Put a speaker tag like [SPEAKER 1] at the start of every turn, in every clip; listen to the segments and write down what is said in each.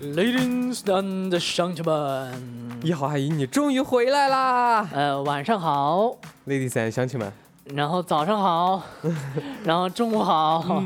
[SPEAKER 1] Ladies and gentlemen，
[SPEAKER 2] 一号阿姨，你终于回来啦
[SPEAKER 1] 呃，晚上好，
[SPEAKER 2] ，Ladies and 乡亲们，
[SPEAKER 1] 然后早上好，然后中午好，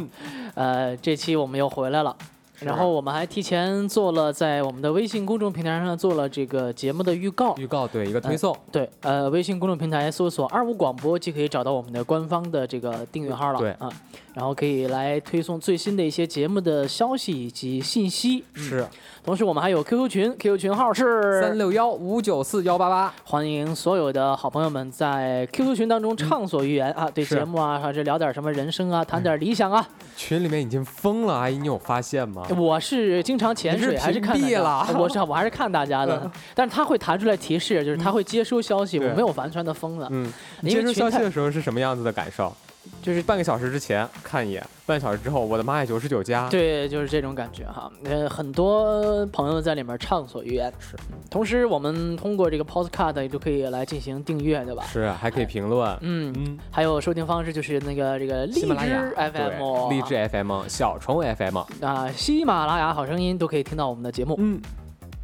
[SPEAKER 1] 呃，这期我们又回来了。然后我们还提前做了在我们的微信公众平台上做了这个节目的预告，
[SPEAKER 2] 预告对一个推送，
[SPEAKER 1] 对，呃，微信公众平台搜索“二五广播”即可以找到我们的官方的这个订阅号了。
[SPEAKER 2] 对
[SPEAKER 1] 啊，然后可以来推送最新的一些节目的消息以及信息。
[SPEAKER 2] 是
[SPEAKER 1] 同时，我们还有 QQ 群，QQ 群号是
[SPEAKER 2] 三六幺五九四幺八八，
[SPEAKER 1] 欢迎所有的好朋友们在 QQ 群当中畅所欲言、啊，对
[SPEAKER 2] 嗯是嗯
[SPEAKER 1] 节目啊，还是聊点什么人生啊，谈点理想啊。
[SPEAKER 2] 群里面已经疯了，阿姨，你有发现吗？
[SPEAKER 1] 我是经常潜水，
[SPEAKER 2] 嗯你是
[SPEAKER 1] 还是看大
[SPEAKER 2] 屏蔽
[SPEAKER 1] 家
[SPEAKER 2] 了 嗯
[SPEAKER 1] 我是我还是看大家的，但是他会弹出来提示，就是他会接收消息，
[SPEAKER 2] 对
[SPEAKER 1] 我没有完全的疯了。
[SPEAKER 2] 嗯，你
[SPEAKER 1] 因为
[SPEAKER 2] 嗯接
[SPEAKER 1] 群
[SPEAKER 2] 收消息
[SPEAKER 1] 太
[SPEAKER 2] 的时候是什么样子的感受？就是半个小时之前看一眼，半小时之后，我的妈呀，九十九加，
[SPEAKER 1] 对，就是这种感觉哈。呃，很多朋友在里面畅所欲言。
[SPEAKER 2] 是
[SPEAKER 1] 嗯，同时我们通过这个 Podcast 也就可以来进行订阅，对吧？
[SPEAKER 2] 是还可以评论，
[SPEAKER 1] 嗯，
[SPEAKER 2] 嗯，
[SPEAKER 1] 还有收听方式就是那个这个荔
[SPEAKER 2] 喜
[SPEAKER 1] 枝哦
[SPEAKER 2] 马拉雅
[SPEAKER 1] FM，
[SPEAKER 2] 对，荔枝 FM，小虫 FM，
[SPEAKER 1] 啊，喜马拉雅好声音都可以听到我们的节目。
[SPEAKER 2] 嗯。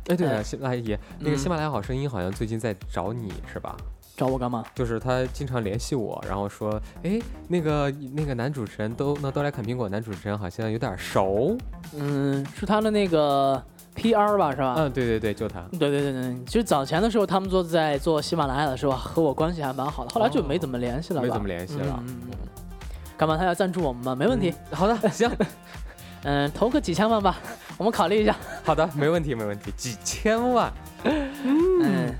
[SPEAKER 2] 哎，对
[SPEAKER 1] 哎
[SPEAKER 2] 了，喜阿姨，那
[SPEAKER 1] 嗯
[SPEAKER 2] 个喜马拉雅好声音好像最近在找你是吧？
[SPEAKER 1] 找我干嘛？
[SPEAKER 2] 就是他经常联系我，然后说，哎，那个那个男主持人都那都来看苹果，男主持人好像有点熟。
[SPEAKER 1] 嗯，是他的那个 PR 吧，是吧？
[SPEAKER 2] 嗯，对对对，就他。
[SPEAKER 1] 对对对对，其实早前的时候，他们做在做喜马拉雅的时候，和我关系还蛮好的，后来就没怎么联系了吧，
[SPEAKER 2] 哦没怎么联系了
[SPEAKER 1] 嗯嗯嗯干嘛他要赞助我们吗？没问题，
[SPEAKER 2] 好的， 行，
[SPEAKER 1] 嗯，投个几千万吧， 我们考虑一下。
[SPEAKER 2] 好的，没问题，没问题，几千万。
[SPEAKER 1] 嗯，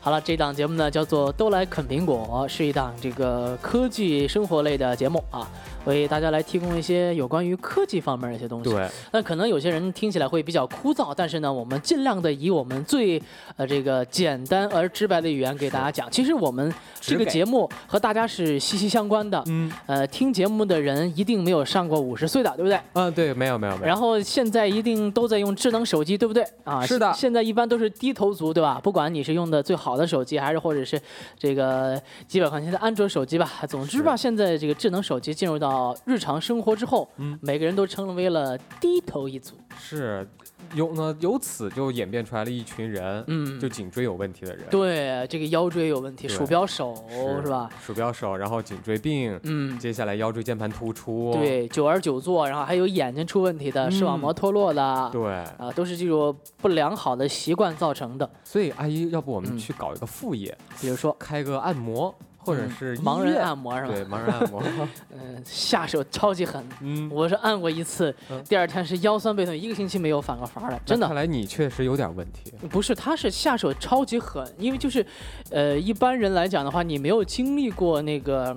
[SPEAKER 1] 好了，这档节目呢叫做《都来啃苹果》，是一档这个科技生活类的节目啊，为大家来提供一些有关于科技方面的一些东西。
[SPEAKER 2] 对，
[SPEAKER 1] 那可能有些人听起来会比较枯燥，但是呢，我们尽量的以我们最呃这个简单而直白的语言给大家讲。其实我们这个
[SPEAKER 2] 直给
[SPEAKER 1] 节目和大家是息息相关的。
[SPEAKER 2] 嗯，
[SPEAKER 1] 呃，听节目的人一定没有上过五十岁的，对不对？
[SPEAKER 2] 啊，对，没有没有没有，
[SPEAKER 1] 然后现在一定都在用智能手机，对不对？啊，
[SPEAKER 2] 是的
[SPEAKER 1] 现现在一般都是低头族，对吧？不管你是用的最好的手机，还是或者是这个几百块钱的安卓手机吧，总之吧，现在这个智能手机进入到日常生活之后，
[SPEAKER 2] 嗯
[SPEAKER 1] 每个人都成为了低头一族。
[SPEAKER 2] 是，由呢由此就演变出来了一群人，
[SPEAKER 1] 嗯
[SPEAKER 2] 就颈椎有问题的人，
[SPEAKER 1] 对，这个腰椎有问题，
[SPEAKER 2] 对
[SPEAKER 1] 鼠标手
[SPEAKER 2] 是
[SPEAKER 1] 是吧？
[SPEAKER 2] 鼠标手，然后颈椎病，
[SPEAKER 1] 嗯，
[SPEAKER 2] 接下来腰椎间盘突出，
[SPEAKER 1] 对，久而久坐，然后还有眼睛出问题的，视网膜脱落的，
[SPEAKER 2] 嗯对，
[SPEAKER 1] 啊，都是这种不良好的习惯造成的。
[SPEAKER 2] 所以阿姨，要不我
[SPEAKER 1] 嗯
[SPEAKER 2] 们去搞一个副业，
[SPEAKER 1] 比如说，
[SPEAKER 2] 开个按摩，或者
[SPEAKER 1] 嗯
[SPEAKER 2] 是
[SPEAKER 1] 盲人
[SPEAKER 2] 医院
[SPEAKER 1] 按摩是吧？
[SPEAKER 2] 对，盲人按摩，
[SPEAKER 1] 嗯，下手超级狠。
[SPEAKER 2] 嗯，
[SPEAKER 1] 我是按过一次，
[SPEAKER 2] 嗯
[SPEAKER 1] 第二天是腰酸背痛，一个星期没有反过乏来，真
[SPEAKER 2] 那
[SPEAKER 1] 的
[SPEAKER 2] 看。来你确实有点问题。
[SPEAKER 1] 不是，他是下手超级狠，因为就是，呃，一般人来讲的话，你没有经历过那个，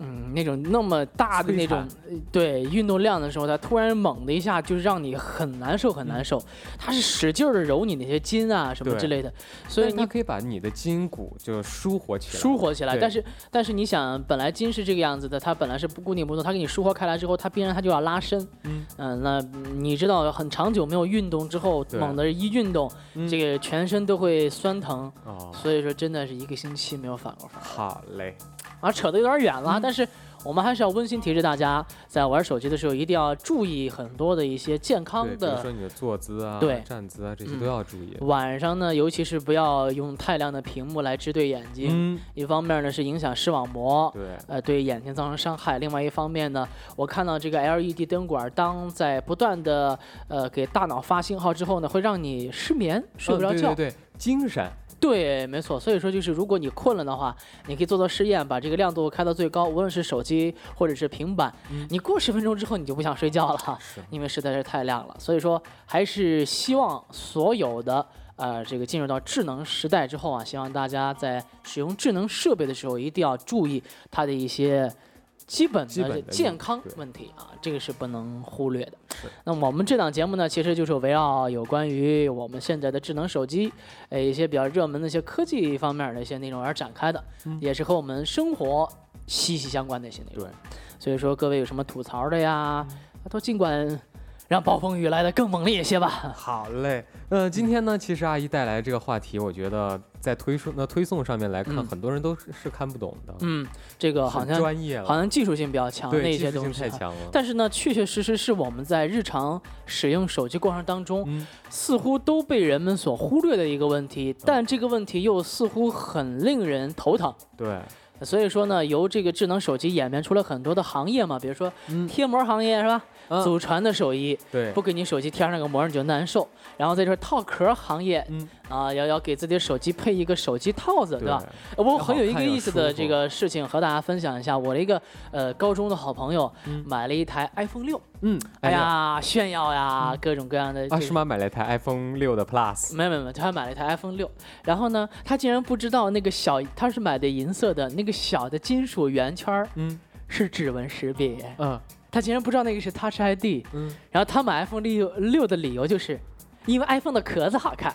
[SPEAKER 1] 嗯，那种那么大的
[SPEAKER 2] 摧
[SPEAKER 1] 那种
[SPEAKER 2] 残，
[SPEAKER 1] 呃对运动量的时候，他突然猛的一下，就是让你很难受，很难
[SPEAKER 2] 嗯
[SPEAKER 1] 受。他是使劲的揉你那些筋啊什么
[SPEAKER 2] 对
[SPEAKER 1] 之类的，所
[SPEAKER 2] 所
[SPEAKER 1] 以
[SPEAKER 2] 以
[SPEAKER 1] 你
[SPEAKER 2] 你可以把你的筋骨就舒活起来。
[SPEAKER 1] 舒活起来。
[SPEAKER 2] 对
[SPEAKER 1] 但是但是你想，本来筋是这个样子的，它本来是不固定不动，它给你舒活开来之后，它必然它就要拉伸。
[SPEAKER 2] 嗯
[SPEAKER 1] 那你知道，很长久没有运动之后，
[SPEAKER 2] 对
[SPEAKER 1] 猛地一运动，
[SPEAKER 2] 嗯
[SPEAKER 1] 这个全身都会酸疼。
[SPEAKER 2] 哦，
[SPEAKER 1] 所以说，真的是一个星期没有反过反。
[SPEAKER 2] 好嘞，
[SPEAKER 1] 啊，扯得有点远了，
[SPEAKER 2] 嗯
[SPEAKER 1] 但是。我们还是要温馨提示大家，在玩手机的时候一定要注意很多的一些健康
[SPEAKER 2] 对，比如
[SPEAKER 1] 的
[SPEAKER 2] 说你的坐姿啊、
[SPEAKER 1] 对
[SPEAKER 2] 站姿啊，这些
[SPEAKER 1] 嗯
[SPEAKER 2] 都要注意。
[SPEAKER 1] 晚上呢，尤其是不要用太亮的屏幕来直对眼睛。
[SPEAKER 2] 嗯，
[SPEAKER 1] 一方面呢是影响视网膜，
[SPEAKER 2] 对，
[SPEAKER 1] 呃对眼睛造成伤害。另外一方面呢，我看到这个 LED 灯管当在不断的呃给大脑发信号之后呢，会让你失眠，睡不
[SPEAKER 2] 嗯
[SPEAKER 1] 着觉。
[SPEAKER 2] 对对对，精神
[SPEAKER 1] 对，没错。所以说，就是如果你困了的话，你可以做做试验，把这个亮度开到最高，无论是手机或者是平板，
[SPEAKER 2] 嗯
[SPEAKER 1] 你过十分钟之后你就不想睡觉了，
[SPEAKER 2] 是
[SPEAKER 1] 因为实在是太亮了。所以说，还是希望所有的呃这个进入到智能时代之后啊，希望大家在使用智能设备的时候一定要注意它的一些。基本
[SPEAKER 2] 基本
[SPEAKER 1] 的
[SPEAKER 2] 的
[SPEAKER 1] 健康
[SPEAKER 2] 对
[SPEAKER 1] 问题啊，这个是不能忽略的
[SPEAKER 2] 是。
[SPEAKER 1] 那我们这档节目呢，其实就是围绕有关于我们现在的智能手机，呃，一些比较热门的一些科技方面的一些内容而展开的，
[SPEAKER 2] 嗯
[SPEAKER 1] 也是和我们生活息息相关的一些内容。
[SPEAKER 2] 对，嗯
[SPEAKER 1] 所以说各位有什么吐槽的呀，都尽管让暴风雨来得更猛烈一些吧。
[SPEAKER 2] 好嘞，呃，今天呢，其实阿姨带来这个话题，我觉得在推送那推送上面来看，
[SPEAKER 1] 嗯
[SPEAKER 2] 很多人都是是看不懂的，
[SPEAKER 1] 嗯，这个好
[SPEAKER 2] 很
[SPEAKER 1] 像
[SPEAKER 2] 专业了，
[SPEAKER 1] 好像技术性比较强
[SPEAKER 2] 对，
[SPEAKER 1] 那
[SPEAKER 2] 技
[SPEAKER 1] 些
[SPEAKER 2] 术性
[SPEAKER 1] 东西
[SPEAKER 2] 太
[SPEAKER 1] 啊，
[SPEAKER 2] 强了。
[SPEAKER 1] 但是呢，确确实实是我们在日常使用手机过程当中，
[SPEAKER 2] 嗯
[SPEAKER 1] 似乎都被人们所忽略的一个问题，但这个问题又似乎很令人头疼。
[SPEAKER 2] 对，
[SPEAKER 1] 所以说呢，由这个智能手机演变出了很多的行业嘛，比如说
[SPEAKER 2] 嗯，
[SPEAKER 1] 贴膜行业是吧？
[SPEAKER 2] 啊
[SPEAKER 1] 祖传的手艺，
[SPEAKER 2] 对，
[SPEAKER 1] 不给你手机贴上个膜你就难受。然后在这套壳行业
[SPEAKER 2] 嗯，
[SPEAKER 1] 啊，要要给自己的手机配一个手机套子，对吧？呃我
[SPEAKER 2] 要
[SPEAKER 1] 很
[SPEAKER 2] 好
[SPEAKER 1] 有一个
[SPEAKER 2] 看要
[SPEAKER 1] 意思
[SPEAKER 2] 舒
[SPEAKER 1] 的
[SPEAKER 2] 服
[SPEAKER 1] 这个事情和大家分享一下，我的一个呃高中的好朋友
[SPEAKER 2] 嗯
[SPEAKER 1] 买了一台 iPhone 六，
[SPEAKER 2] 嗯，
[SPEAKER 1] 哎呀炫耀呀，各种各样的
[SPEAKER 2] 啊
[SPEAKER 1] 这
[SPEAKER 2] 是吗？买了一台 iPhone 六的 Plus，
[SPEAKER 1] 没有没有没有，他买了一台 iPhone 六，然后呢，他竟然不知道那个小，他是买的银色的那个小的金属圆圈儿
[SPEAKER 2] 嗯
[SPEAKER 1] 是指纹识别，
[SPEAKER 2] 嗯
[SPEAKER 1] 他竟然不知道那个是 Touch ID。
[SPEAKER 2] 嗯，
[SPEAKER 1] 然后他买 iPhone 六六的理由就是，因为 iPhone 的壳子好看。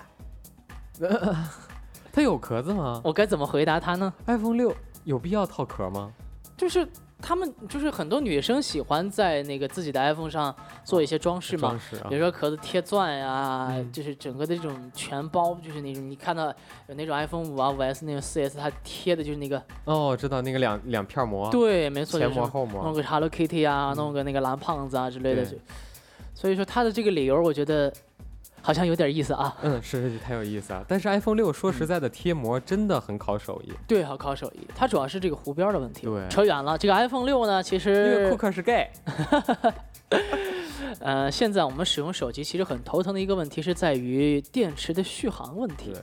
[SPEAKER 2] 它有壳子吗
[SPEAKER 1] 我该怎么回答他呢？
[SPEAKER 2] ？iPhone 六有必要套壳吗？
[SPEAKER 1] 就是他们就是很多女生喜欢在那个自己的 iPhone 上做一些装饰嘛
[SPEAKER 2] 装，饰啊
[SPEAKER 1] 比如，说壳子贴钻呀、
[SPEAKER 2] 嗯
[SPEAKER 1] 就是整个的这种全包，就是那种你看到有那种 iPhone 五啊、五 S 那种四 S，它贴的就是那个，
[SPEAKER 2] 哦，我知道那个两两片膜，
[SPEAKER 1] 对，没错，
[SPEAKER 2] 哦前
[SPEAKER 1] 就是
[SPEAKER 2] 膜后膜
[SPEAKER 1] 弄，个 Hello Kitty 啊，
[SPEAKER 2] 嗯
[SPEAKER 1] 弄个那个蓝胖子啊之类的，
[SPEAKER 2] 对
[SPEAKER 1] 就所以说他的这个理由，我觉得好像有点意思啊。
[SPEAKER 2] 嗯，是是太有意思啊！但是 iPhone 六说
[SPEAKER 1] 嗯
[SPEAKER 2] 实在的，贴膜真的很考手艺，
[SPEAKER 1] 对，好靠手艺，它主要是这个湖边的问题。
[SPEAKER 2] 对
[SPEAKER 1] 扯远了。这个 iPhone 六呢，其
[SPEAKER 2] 因为库
[SPEAKER 1] 实
[SPEAKER 2] 克是 gay，
[SPEAKER 1] 呃，现在我们使用手机其实很头疼的一个问题是在于电池的续航问题
[SPEAKER 2] 对。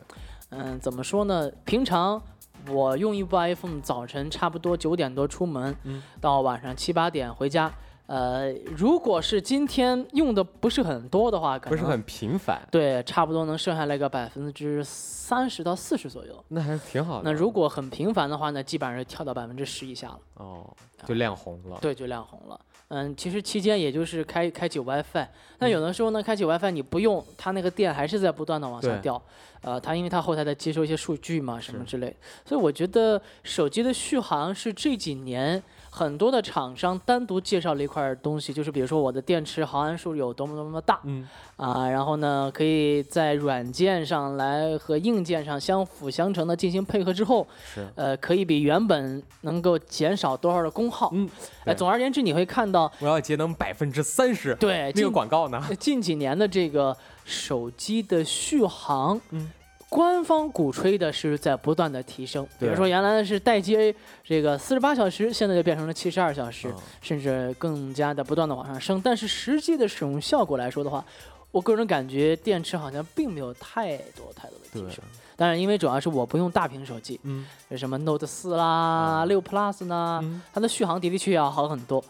[SPEAKER 1] 嗯，怎么说呢？平常我用一部 iPhone，早晨差不多九点多出门，
[SPEAKER 2] 嗯
[SPEAKER 1] 到晚上七八点回家。呃，如果是今天用的不是很多的话，可能
[SPEAKER 2] 不是很频繁，
[SPEAKER 1] 对，差不多能剩下来个百分之三十到四十左右。
[SPEAKER 2] 那还是挺好的。
[SPEAKER 1] 那如果很频繁的话呢，基本上就跳到百分之十以下了，
[SPEAKER 2] 哦，就亮红了，
[SPEAKER 1] 对，就亮红了。嗯，其实期间也就是开开启 WiFi，那有的时候呢，开启 WiFi 你不用，它那个电还是在不断的往下
[SPEAKER 2] 对
[SPEAKER 1] 掉。呃，它因为它后台在接收一些数据嘛，什么
[SPEAKER 2] 是
[SPEAKER 1] 之类的，所以我觉得手机的续航是这几年很多的厂商单独介绍了一块东西，就是比如说我的电池毫安数有多么多么大，
[SPEAKER 2] 嗯，
[SPEAKER 1] 啊，然后呢，可以在软件上来和硬件上相辅相成的进行配合之后，
[SPEAKER 2] 是，
[SPEAKER 1] 呃，可以比原本能够减少多少的功耗。
[SPEAKER 2] 嗯，
[SPEAKER 1] 哎，
[SPEAKER 2] 对
[SPEAKER 1] 总而言之，你会看到，
[SPEAKER 2] 我要节能百分之三十，
[SPEAKER 1] 对
[SPEAKER 2] 那
[SPEAKER 1] 近呃
[SPEAKER 2] 个广告呢？
[SPEAKER 1] 近几年的这个手机的续航，
[SPEAKER 2] 嗯。
[SPEAKER 1] 官方鼓吹的是在不断的提升，比如
[SPEAKER 2] 对
[SPEAKER 1] 说原来是待机这个四十八小时，现在就变成了七十二小时，
[SPEAKER 2] 哦
[SPEAKER 1] 甚至更加的不断的往上升。但是实际的使用效果来说的话，我个人感觉电池好像并没有太多太多的
[SPEAKER 2] 对
[SPEAKER 1] 提升。，当然，因为主要是我不用大屏手机，
[SPEAKER 2] 嗯
[SPEAKER 1] 有什么 Note 四啦、
[SPEAKER 2] 嗯
[SPEAKER 1] 六 Plus 呢，
[SPEAKER 2] 嗯，
[SPEAKER 1] 它的续航的的确确要好很多。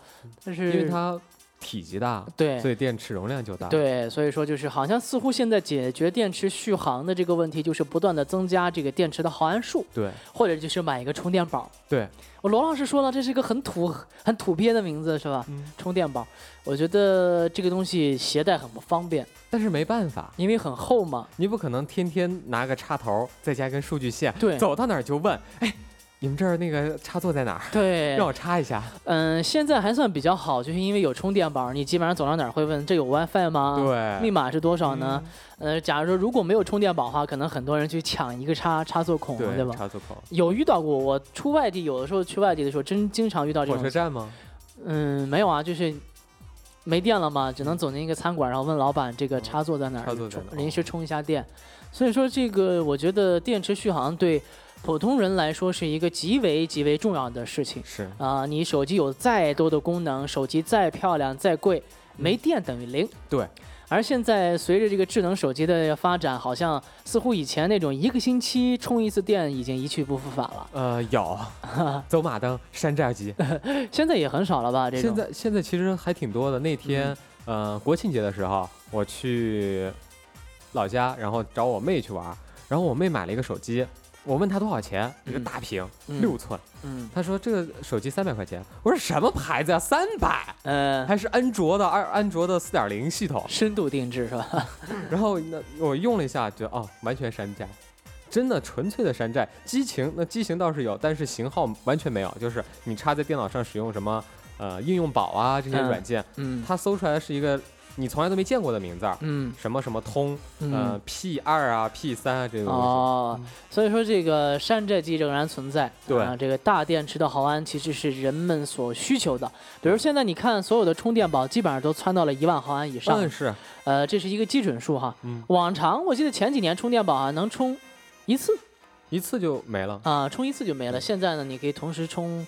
[SPEAKER 1] 但啊是
[SPEAKER 2] 因为它体积大，
[SPEAKER 1] 对
[SPEAKER 2] 所以电池容量就大，，
[SPEAKER 1] 对，所以说就是好像似乎现在解决电池续航的这个问题，就是不断的增加这个电池的毫安数，
[SPEAKER 2] 对
[SPEAKER 1] 或者就是买一个充电宝。
[SPEAKER 2] 对，
[SPEAKER 1] 我罗老师说了，这是一个很土 很土鳖的名字，是吧？
[SPEAKER 2] 嗯，
[SPEAKER 1] 充电宝，我觉得这个东西携带很不方便，
[SPEAKER 2] 但是没办法，
[SPEAKER 1] 因为很厚 嘛。
[SPEAKER 2] 你不可能天天拿个插头，再加一根数据线，
[SPEAKER 1] 对
[SPEAKER 2] 走到哪儿就问，哎，你们这儿那个插座在哪儿？
[SPEAKER 1] 对
[SPEAKER 2] 让，我插一下。
[SPEAKER 1] 嗯，现在还算比较好，就是因为有充电宝，你基本上走到哪儿会问这有 WiFi 吗？。
[SPEAKER 2] 对，
[SPEAKER 1] 啊密码是多少呢？呃，假如说如果没有充电宝的话，可能很多人去抢一个插插座孔，啊对
[SPEAKER 2] 对
[SPEAKER 1] 吧？
[SPEAKER 2] 插座口。
[SPEAKER 1] 有遇到过，我出外地，有的时候去外地的时候，真经常遇到这
[SPEAKER 2] 火车
[SPEAKER 1] 种。
[SPEAKER 2] 站吗？
[SPEAKER 1] 嗯，没有啊，就是没电了嘛，只能走进一个餐馆，然后问老板这个插座在哪儿，
[SPEAKER 2] 嗯插座在
[SPEAKER 1] 充
[SPEAKER 2] 哪儿
[SPEAKER 1] 临时充一下电。所以说，这个我觉得电池续航对普通人来说是一个极为极为重要的事情
[SPEAKER 2] 是，
[SPEAKER 1] 啊、你手机有再多的功能，手机再漂亮再贵，没电等于零。
[SPEAKER 2] 嗯对。
[SPEAKER 1] 而现在，随着这个智能手机的发展，好像似乎以前那种一个星期充一次电已经一去不复返了。
[SPEAKER 2] 呃， 有走马灯、山寨机，
[SPEAKER 1] 现在也很少了吧？这种嗯
[SPEAKER 2] 现在现在其实还挺多的。那天，呃，国庆节的时候，我去老家，然后找我妹去玩儿，然后我妹买了一个手机，我问她多少钱，一个
[SPEAKER 1] 嗯
[SPEAKER 2] 大屏，
[SPEAKER 1] 嗯
[SPEAKER 2] 六寸，
[SPEAKER 1] 嗯
[SPEAKER 2] 她说这个手机三百块钱，我说什么牌子呀、三百，
[SPEAKER 1] 呃
[SPEAKER 2] 还是安卓的二安卓的四点零系统，
[SPEAKER 1] 深度定制是吧？
[SPEAKER 2] 然后那我用了一下，觉得哦，完全山寨，真的纯粹的山寨。机型那机型倒是有，但是型号完全没有，就是你插在电脑上使用什么呃应用宝啊这些
[SPEAKER 1] 嗯
[SPEAKER 2] 软件，
[SPEAKER 1] 嗯，
[SPEAKER 2] 它搜出来是一个你从来都没见过的名字儿，
[SPEAKER 1] 嗯
[SPEAKER 2] 什么什么通，呃
[SPEAKER 1] 嗯。
[SPEAKER 2] ，P 二啊，P 三啊，这个东西。
[SPEAKER 1] 哦，所以说这个山寨机仍然存在。
[SPEAKER 2] 对
[SPEAKER 1] 啊，这个大电池的毫安其实是人们所需求的。比如现在你看，所有的充电宝基本上都窜到了一万毫安以上
[SPEAKER 2] 嗯，，是，
[SPEAKER 1] 呃，这是一个基准数哈。
[SPEAKER 2] 嗯，
[SPEAKER 1] 往常我记得前几年充电宝啊能充一次
[SPEAKER 2] 一次就没了。
[SPEAKER 1] 啊、充一次就没了。现在呢，你可以同时充，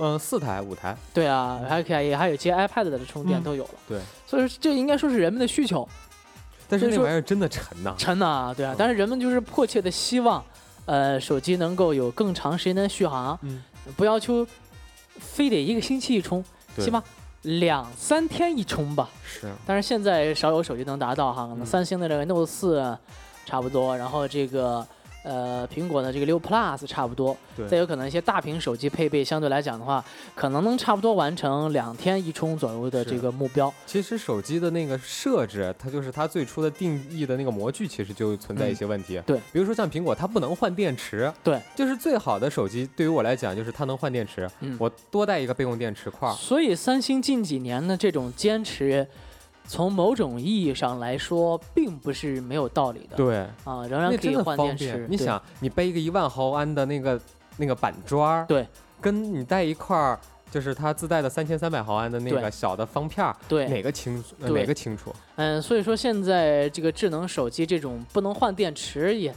[SPEAKER 2] 嗯、四台、五台，
[SPEAKER 1] 对啊，还可以还有接 iPad 的充电
[SPEAKER 2] 嗯
[SPEAKER 1] 都有了。
[SPEAKER 2] 对，
[SPEAKER 1] 所以说这应该说是人们的需求，
[SPEAKER 2] 但是
[SPEAKER 1] 所以
[SPEAKER 2] 那
[SPEAKER 1] 说
[SPEAKER 2] 玩意儿真的沉呐、
[SPEAKER 1] 真的啊，对啊
[SPEAKER 2] 嗯。
[SPEAKER 1] 但是人们就是迫切的希望，呃，手机能够有更长时间的续航，
[SPEAKER 2] 嗯，
[SPEAKER 1] 不要求非得一个星期一充，
[SPEAKER 2] 对
[SPEAKER 1] 起码两三天一充吧。
[SPEAKER 2] 是，
[SPEAKER 1] 但是现在少有手机能达到哈，可能
[SPEAKER 2] 嗯
[SPEAKER 1] 三星的这个 Note 四差不多，然后这个呃苹果的这个六 Plus 差不多
[SPEAKER 2] 对，
[SPEAKER 1] 再有可能一些大屏手机配备相对来讲的话，可能能差不多完成两天一充左右的
[SPEAKER 2] 是
[SPEAKER 1] 这个目标。
[SPEAKER 2] 其实手机的那个设置，它就是它最初的定义的那个模具，其实就存在一些问题。
[SPEAKER 1] 嗯对，
[SPEAKER 2] 比如说像苹果，它不能换电池。
[SPEAKER 1] 对，
[SPEAKER 2] 就是最好的手机对于我来讲，就是它能换电池，
[SPEAKER 1] 嗯
[SPEAKER 2] 我多带一个备用电池块儿。
[SPEAKER 1] 所以三星近几年的这种坚持，从某种意义上来说，并不是没有道理的
[SPEAKER 2] 对，
[SPEAKER 1] 啊，仍然
[SPEAKER 2] 那
[SPEAKER 1] 可
[SPEAKER 2] 真
[SPEAKER 1] 以
[SPEAKER 2] 的
[SPEAKER 1] 换
[SPEAKER 2] 方
[SPEAKER 1] 电池
[SPEAKER 2] 便。。你
[SPEAKER 1] 对，
[SPEAKER 2] 想，你背一个一万毫安的那个那个板砖儿，
[SPEAKER 1] 对，
[SPEAKER 2] 跟你带一块儿就是它自带的三千三百毫安的那
[SPEAKER 1] 对
[SPEAKER 2] 个小的方片儿，
[SPEAKER 1] 对，
[SPEAKER 2] 哪个清楚？呃
[SPEAKER 1] 对
[SPEAKER 2] 哪个清楚？
[SPEAKER 1] 嗯，所以说现在这个智能手机这种不能换电池也。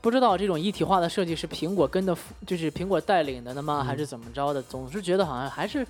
[SPEAKER 1] 不知道这种一体化的设计是苹果跟的，就是苹果带领的呢吗？
[SPEAKER 2] 嗯
[SPEAKER 1] 还是怎么着的？总是觉得好像还是，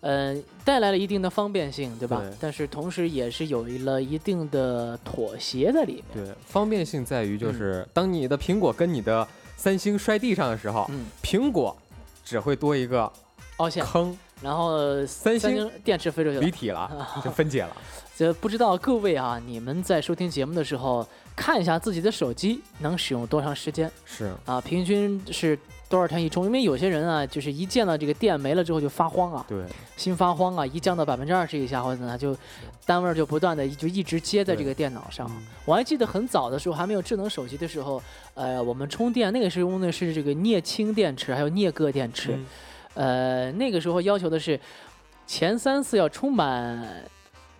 [SPEAKER 1] 呃，带来了一定的方便性，对吧？
[SPEAKER 2] 对
[SPEAKER 1] 但是同时也是有了一定的妥协在里面。
[SPEAKER 2] 对，方便性在于就是
[SPEAKER 1] 嗯
[SPEAKER 2] 当你的苹果跟你的三星摔地上的时候，
[SPEAKER 1] 嗯，
[SPEAKER 2] 苹果只会多一个
[SPEAKER 1] 凹陷，
[SPEAKER 2] 坑，
[SPEAKER 1] 然后
[SPEAKER 2] 三星
[SPEAKER 1] 电池飞出去了
[SPEAKER 2] 离。体了，就分解了。
[SPEAKER 1] 这不知道各位啊，你们在收听节目的时候，看一下自己的手机能使用多长时间
[SPEAKER 2] 是，
[SPEAKER 1] 啊？平均是多少天一充？因为有些人啊，就是一见到这个电没了之后就发慌啊，
[SPEAKER 2] 对，
[SPEAKER 1] 心发慌啊，一降到百分之二十以下或者呢，就单位儿就不断的就一直接在这个电脑上。
[SPEAKER 2] 嗯
[SPEAKER 1] 我还记得很早的时候，还没有智能手机的时候，呃，我们充电那个时候用的是这个镍氢电池，还有镍铬电池。
[SPEAKER 2] 嗯
[SPEAKER 1] 呃，那个时候要求的是前三次要充满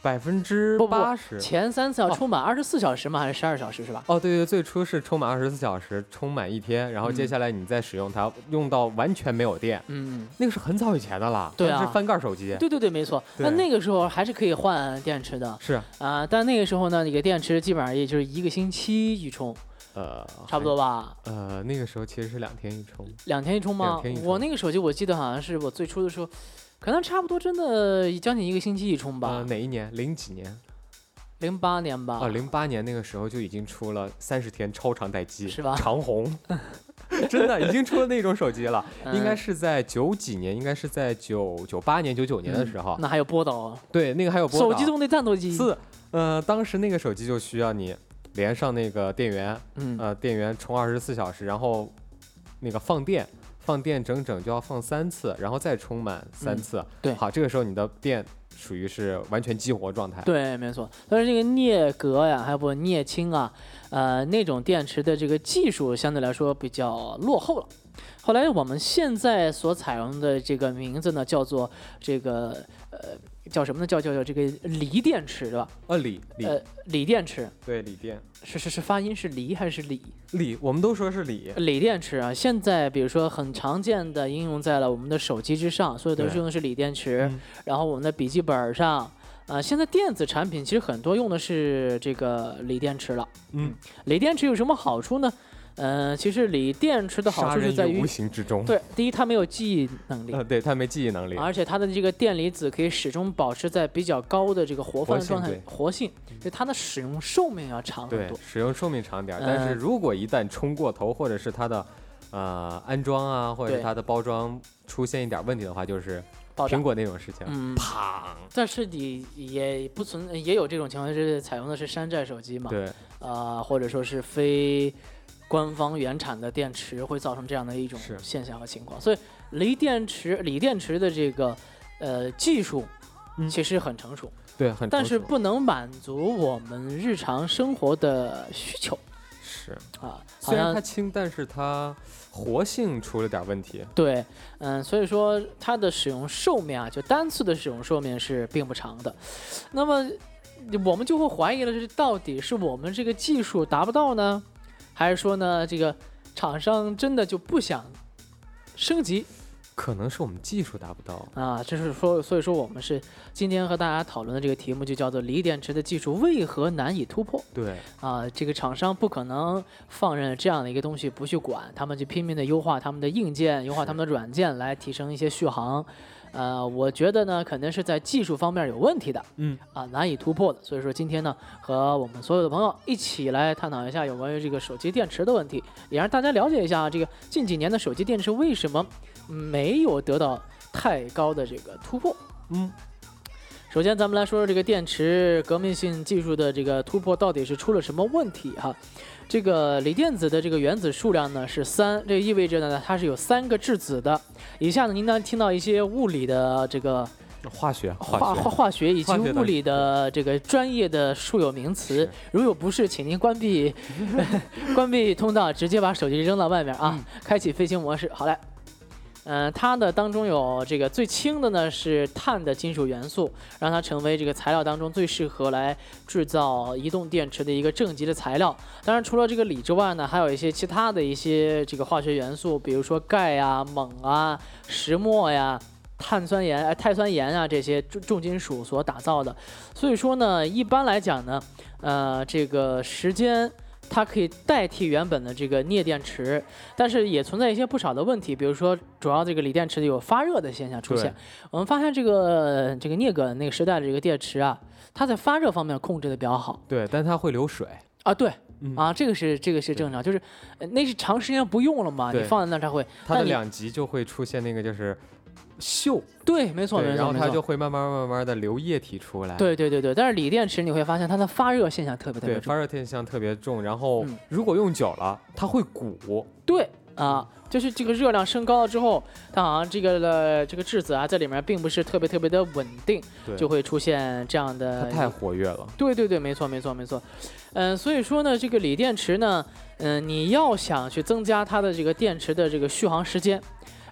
[SPEAKER 2] 百分之
[SPEAKER 1] 不不
[SPEAKER 2] 八十。
[SPEAKER 1] 前三次要
[SPEAKER 2] 哦
[SPEAKER 1] 充满二十四小时吗？还是十二小时是吧？
[SPEAKER 2] 哦，对对，最初是充满二十四小时，充满一天，然后接
[SPEAKER 1] 嗯
[SPEAKER 2] 下来你再使用它，用到完全没有电，
[SPEAKER 1] 嗯，
[SPEAKER 2] 那个是很早以前的了，
[SPEAKER 1] 对
[SPEAKER 2] 当时
[SPEAKER 1] 啊
[SPEAKER 2] 翻盖手机，
[SPEAKER 1] 对对对，没错。
[SPEAKER 2] 对
[SPEAKER 1] 那那个时候还是可以换电池的
[SPEAKER 2] 是，
[SPEAKER 1] 啊、但那个时候呢，你的电池基本上也就是一个星期一充，
[SPEAKER 2] 呃，
[SPEAKER 1] 差不多吧，
[SPEAKER 2] 还，呃，那个时候其实是两天一充，
[SPEAKER 1] 两天一充吗
[SPEAKER 2] 两天一？充
[SPEAKER 1] 我那个手机我记得好像是我最初的时候，可能差不多真的将近一个星期一充
[SPEAKER 2] 呃，
[SPEAKER 1] 吧，
[SPEAKER 2] 哪一年？零几年？
[SPEAKER 1] 零八、年吧。
[SPEAKER 2] 啊，零八年那个时候就已经出了三十天超长待机，
[SPEAKER 1] 是吧
[SPEAKER 2] 长虹， 真的已经出了那种手机了，
[SPEAKER 1] 嗯
[SPEAKER 2] 应该是在九几年，应该是在九九八年、九九年的时候，
[SPEAKER 1] 那还有波导，
[SPEAKER 2] 对，那个还有波
[SPEAKER 1] 嗯手
[SPEAKER 2] 导
[SPEAKER 1] 机中的战斗机。
[SPEAKER 2] 是，呃，当时那个手机就需要你连上那个电源，
[SPEAKER 1] 嗯，
[SPEAKER 2] 呃，电源充二十四小时，然后那个放电，放电整整就要放三次，然后再充满
[SPEAKER 1] 嗯
[SPEAKER 2] 三次。
[SPEAKER 1] 对
[SPEAKER 2] 好，这个时候你的电属于是完全激活状态。
[SPEAKER 1] 对，没错。但是这个镍镉呀，还有不镍氢啊，呃，那种电池的这个技术相对来说比较落后了。后来我们现在所采用的这个名字呢，叫做这个呃叫什么呢？叫叫叫这个锂电池，对吧？
[SPEAKER 2] 呃，锂锂、
[SPEAKER 1] 呃，锂电池
[SPEAKER 2] 对锂电
[SPEAKER 1] 是是是发音是锂还是锂？
[SPEAKER 2] 锂，我们都说是锂。
[SPEAKER 1] 锂电池啊，现在比如说很常见的应用在了我们的手机之上，所有都
[SPEAKER 2] 对
[SPEAKER 1] 是用的是锂电池
[SPEAKER 2] 嗯，
[SPEAKER 1] 然后我们的笔记本儿上，呃，现在电子产品其实很多用的是这个锂电池了。
[SPEAKER 2] 嗯，
[SPEAKER 1] 锂电池有什么好处呢？呃，其实锂电池的好
[SPEAKER 2] 杀
[SPEAKER 1] 处是
[SPEAKER 2] 人
[SPEAKER 1] 在
[SPEAKER 2] 于
[SPEAKER 1] 于
[SPEAKER 2] 无，形之中。，
[SPEAKER 1] 对，啊第一它没有记忆能力。
[SPEAKER 2] 呃，对，它没记忆能力。
[SPEAKER 1] 而且它的这个电离子可以始终保持在比较高的这个活
[SPEAKER 2] 活
[SPEAKER 1] 泛
[SPEAKER 2] 性
[SPEAKER 1] 状态
[SPEAKER 2] 对，
[SPEAKER 1] 活性，所以它的使用寿命要长很
[SPEAKER 2] 对
[SPEAKER 1] 多，。
[SPEAKER 2] 使用寿命长点儿，但是
[SPEAKER 1] 嗯
[SPEAKER 2] 如果一旦充过头，或者是它的呃安装啊，或者是
[SPEAKER 1] 对
[SPEAKER 2] 它的包装出现一点问题的话，就是
[SPEAKER 1] 爆炸
[SPEAKER 2] 苹。果那种事情，
[SPEAKER 1] 嗯，
[SPEAKER 2] 砰，
[SPEAKER 1] 但是你也不存也有这种情况，就是采用的是山寨手机嘛，
[SPEAKER 2] 对，
[SPEAKER 1] 啊，或者说是非官方原产的电池，会造成这样的一种
[SPEAKER 2] 是
[SPEAKER 1] 现象和情况。所以锂电池、锂电池的这个呃技术
[SPEAKER 2] 嗯
[SPEAKER 1] 其实很成熟，
[SPEAKER 2] 对，很
[SPEAKER 1] 但
[SPEAKER 2] 成
[SPEAKER 1] 是
[SPEAKER 2] 熟
[SPEAKER 1] 不能满足我们日常生活的需求
[SPEAKER 2] 是，
[SPEAKER 1] 啊，好
[SPEAKER 2] 虽然它
[SPEAKER 1] 像。
[SPEAKER 2] 轻，但是它活性出了点问题。
[SPEAKER 1] 对，嗯，所以说它的使用寿命啊，就单次的使用寿命是并不长的。那么我们就会怀疑了，这到底是我们这个技术达不到呢，还是说呢，这个厂商真的就不想升级
[SPEAKER 2] 可能是我们技术达不到。
[SPEAKER 1] 啊？这是说，所以说我们是今天和大家讨论的这个题目就叫做锂电池的技术为何难以突破
[SPEAKER 2] 对，
[SPEAKER 1] 啊？这个厂商不可能放任这样的一个东西不去管，他们就拼命的优化他们的硬件，优化他们的软件来提升一些续航。呃，我觉得呢，肯定是在技术方面有问题的。
[SPEAKER 2] 嗯，
[SPEAKER 1] 啊难以突破的。所以说今天呢，和我们所有的朋友一起来探讨一下有关于这个手机电池的问题，也让大家了解一下啊这个近几年的手机电池为什么没有得到太高的这个突破。
[SPEAKER 2] 嗯，
[SPEAKER 1] 首先，咱们来说说这个电池革命性技术的这个突破到底是出了什么问题哈？这个锂电子的这个原子数量呢是三，这意味着呢它是有三个质子的。以下呢您能听到一些物理的这个
[SPEAKER 2] 化学，
[SPEAKER 1] 化
[SPEAKER 2] 学，
[SPEAKER 1] 化化学以及
[SPEAKER 2] 化学
[SPEAKER 1] 物
[SPEAKER 2] 的
[SPEAKER 1] 理的这个专业的术有名词
[SPEAKER 2] 是，
[SPEAKER 1] 如有不适，请您关闭 关闭通道，直接把手机扔到外面啊！开启飞行模式，好嘞。嗯、它的当中有这个最轻的呢是碳的金属元素，让它成为这个材料当中最适合来制造移动电池的一个正极的材料。当然，除了这个锂之外呢，还有一些其他的一些这个化学元素，比如说钙啊、锰啊、石墨呀、碳酸盐、呃、碳酸盐啊这些重重金属所打造的。所以说呢，一般来讲呢，呃，这个时间。它可以代替原本的这个镍电池，但是也存在一些不少的问题，比如说主要这个锂电池有发热的现象出现
[SPEAKER 2] 对。
[SPEAKER 1] 我们发现这个这个镍铬那个时代的这个电池啊，它在发热方面控制的比较好
[SPEAKER 2] 对，但它会流水。
[SPEAKER 1] 啊，对
[SPEAKER 2] 嗯
[SPEAKER 1] 啊，这个是这个是正常，就是呃那是长时间不用了嘛，你
[SPEAKER 2] 对
[SPEAKER 1] 放在那儿它会，
[SPEAKER 2] 它
[SPEAKER 1] 那
[SPEAKER 2] 的
[SPEAKER 1] 你
[SPEAKER 2] 两极就会出现那个就是锈，
[SPEAKER 1] 对，没错
[SPEAKER 2] 对，
[SPEAKER 1] 没
[SPEAKER 2] 然
[SPEAKER 1] 错
[SPEAKER 2] 后
[SPEAKER 1] 没
[SPEAKER 2] 它
[SPEAKER 1] 错
[SPEAKER 2] 就。会慢慢慢慢的流液体出来。
[SPEAKER 1] 对对对对，但是锂电池你会发现它的发热现象特别特别
[SPEAKER 2] 对，
[SPEAKER 1] 重，
[SPEAKER 2] 发热现象特别重，然后
[SPEAKER 1] 嗯
[SPEAKER 2] 如果用久了，它会鼓。
[SPEAKER 1] 对啊，就是这个热量升高了之后，它好像这个呃这个质子啊在里面并不是特别特别的稳定，
[SPEAKER 2] 对，
[SPEAKER 1] 就会出现这样
[SPEAKER 2] 它
[SPEAKER 1] 的
[SPEAKER 2] 太活跃了。
[SPEAKER 1] 对对对，没错没错没错，嗯、所以说呢，这个锂电池呢，嗯、你要想去增加它的这个电池的这个续航时间，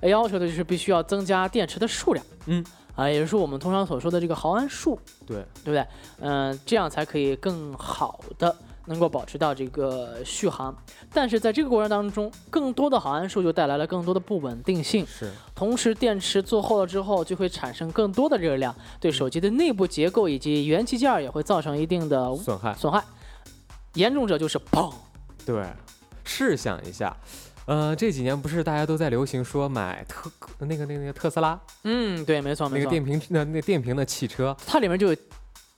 [SPEAKER 1] 呃要求的就是必须要增加电池的数量，
[SPEAKER 2] 嗯，
[SPEAKER 1] 啊，也就是我们通常所说的这个毫安数，
[SPEAKER 2] 对，
[SPEAKER 1] 对不对？嗯、这样才可以更好的能够保持到这个续航，但是在这个过程当中，更多的毫安数就带来了更多的不稳定性，
[SPEAKER 2] 是，
[SPEAKER 1] 同时，电池做厚了之后，就会产生更多的热量，对手机的内部结构以及元器件儿也会造成一定的
[SPEAKER 2] 损害。
[SPEAKER 1] 损害。严重者就是砰，
[SPEAKER 2] 对，试想一下，呃，这几年不是大家都在流行说买特那个那个那个特斯拉
[SPEAKER 1] 嗯，对，没错
[SPEAKER 2] 那
[SPEAKER 1] 没
[SPEAKER 2] 个
[SPEAKER 1] 错，
[SPEAKER 2] 电瓶那那电瓶的汽车，
[SPEAKER 1] 它里面就有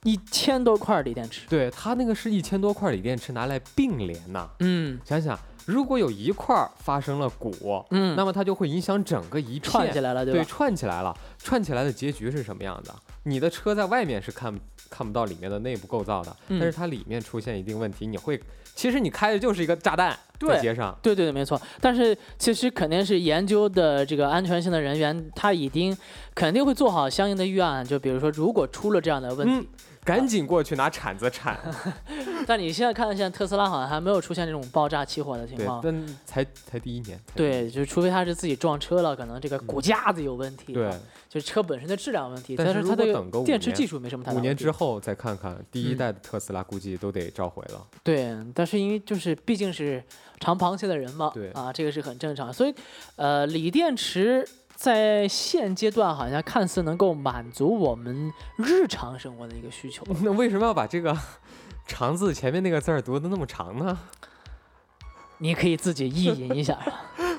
[SPEAKER 1] 一千多块锂电池。
[SPEAKER 2] 对，它那个是一千多块锂电池拿来并联呐。
[SPEAKER 1] 嗯
[SPEAKER 2] 想想，如果有一块儿发生了鼓，
[SPEAKER 1] 嗯，
[SPEAKER 2] 那么它就会影响整个一片
[SPEAKER 1] 串起来了，对吧？
[SPEAKER 2] 串起来了，串起来的结局是什么样的？你的车在外面是看看不到里面的内部构造的，
[SPEAKER 1] 嗯
[SPEAKER 2] 但是它里面出现一定问题，你会，其实你开的就是一个炸弹，
[SPEAKER 1] 对
[SPEAKER 2] 在街上，
[SPEAKER 1] 对对对，没错。但是其实肯定是研究的这个安全性的人员，他已经肯定会做好相应的预案。就比如说，如果出了这样的问题，嗯
[SPEAKER 2] 嗯，赶紧过去拿铲子铲，嗯
[SPEAKER 1] 但你现在看，现在特斯拉好像还没有出现这种爆炸起火的情
[SPEAKER 2] 对
[SPEAKER 1] 况，。
[SPEAKER 2] 但才才第一年，才第一年
[SPEAKER 1] 啊对，就是除非他是自己撞车了，可能这个骨架子有问题，
[SPEAKER 2] 对，，
[SPEAKER 1] 就是车本身的质量问题，
[SPEAKER 2] 但
[SPEAKER 1] 但
[SPEAKER 2] 是
[SPEAKER 1] 是
[SPEAKER 2] 如
[SPEAKER 1] 它
[SPEAKER 2] 果
[SPEAKER 1] 的
[SPEAKER 2] 等个五
[SPEAKER 1] 电池
[SPEAKER 2] 年
[SPEAKER 1] 技术没什么太大
[SPEAKER 2] 五年
[SPEAKER 1] 问
[SPEAKER 2] 之
[SPEAKER 1] 题。
[SPEAKER 2] 后再看看，第一
[SPEAKER 1] 嗯
[SPEAKER 2] 代的特斯拉估计都得召回 了。
[SPEAKER 1] 对，但是因为就是毕竟是尝螃蟹的人嘛，
[SPEAKER 2] 对
[SPEAKER 1] 啊，这个是很正常，所以呃，锂电池。在现阶段，好像看似能够满足我们日常生活的一个需求。
[SPEAKER 2] 那为什么要把这个 “长”字前面那个字儿读的那么长呢？
[SPEAKER 1] 你可以自己意淫一 下。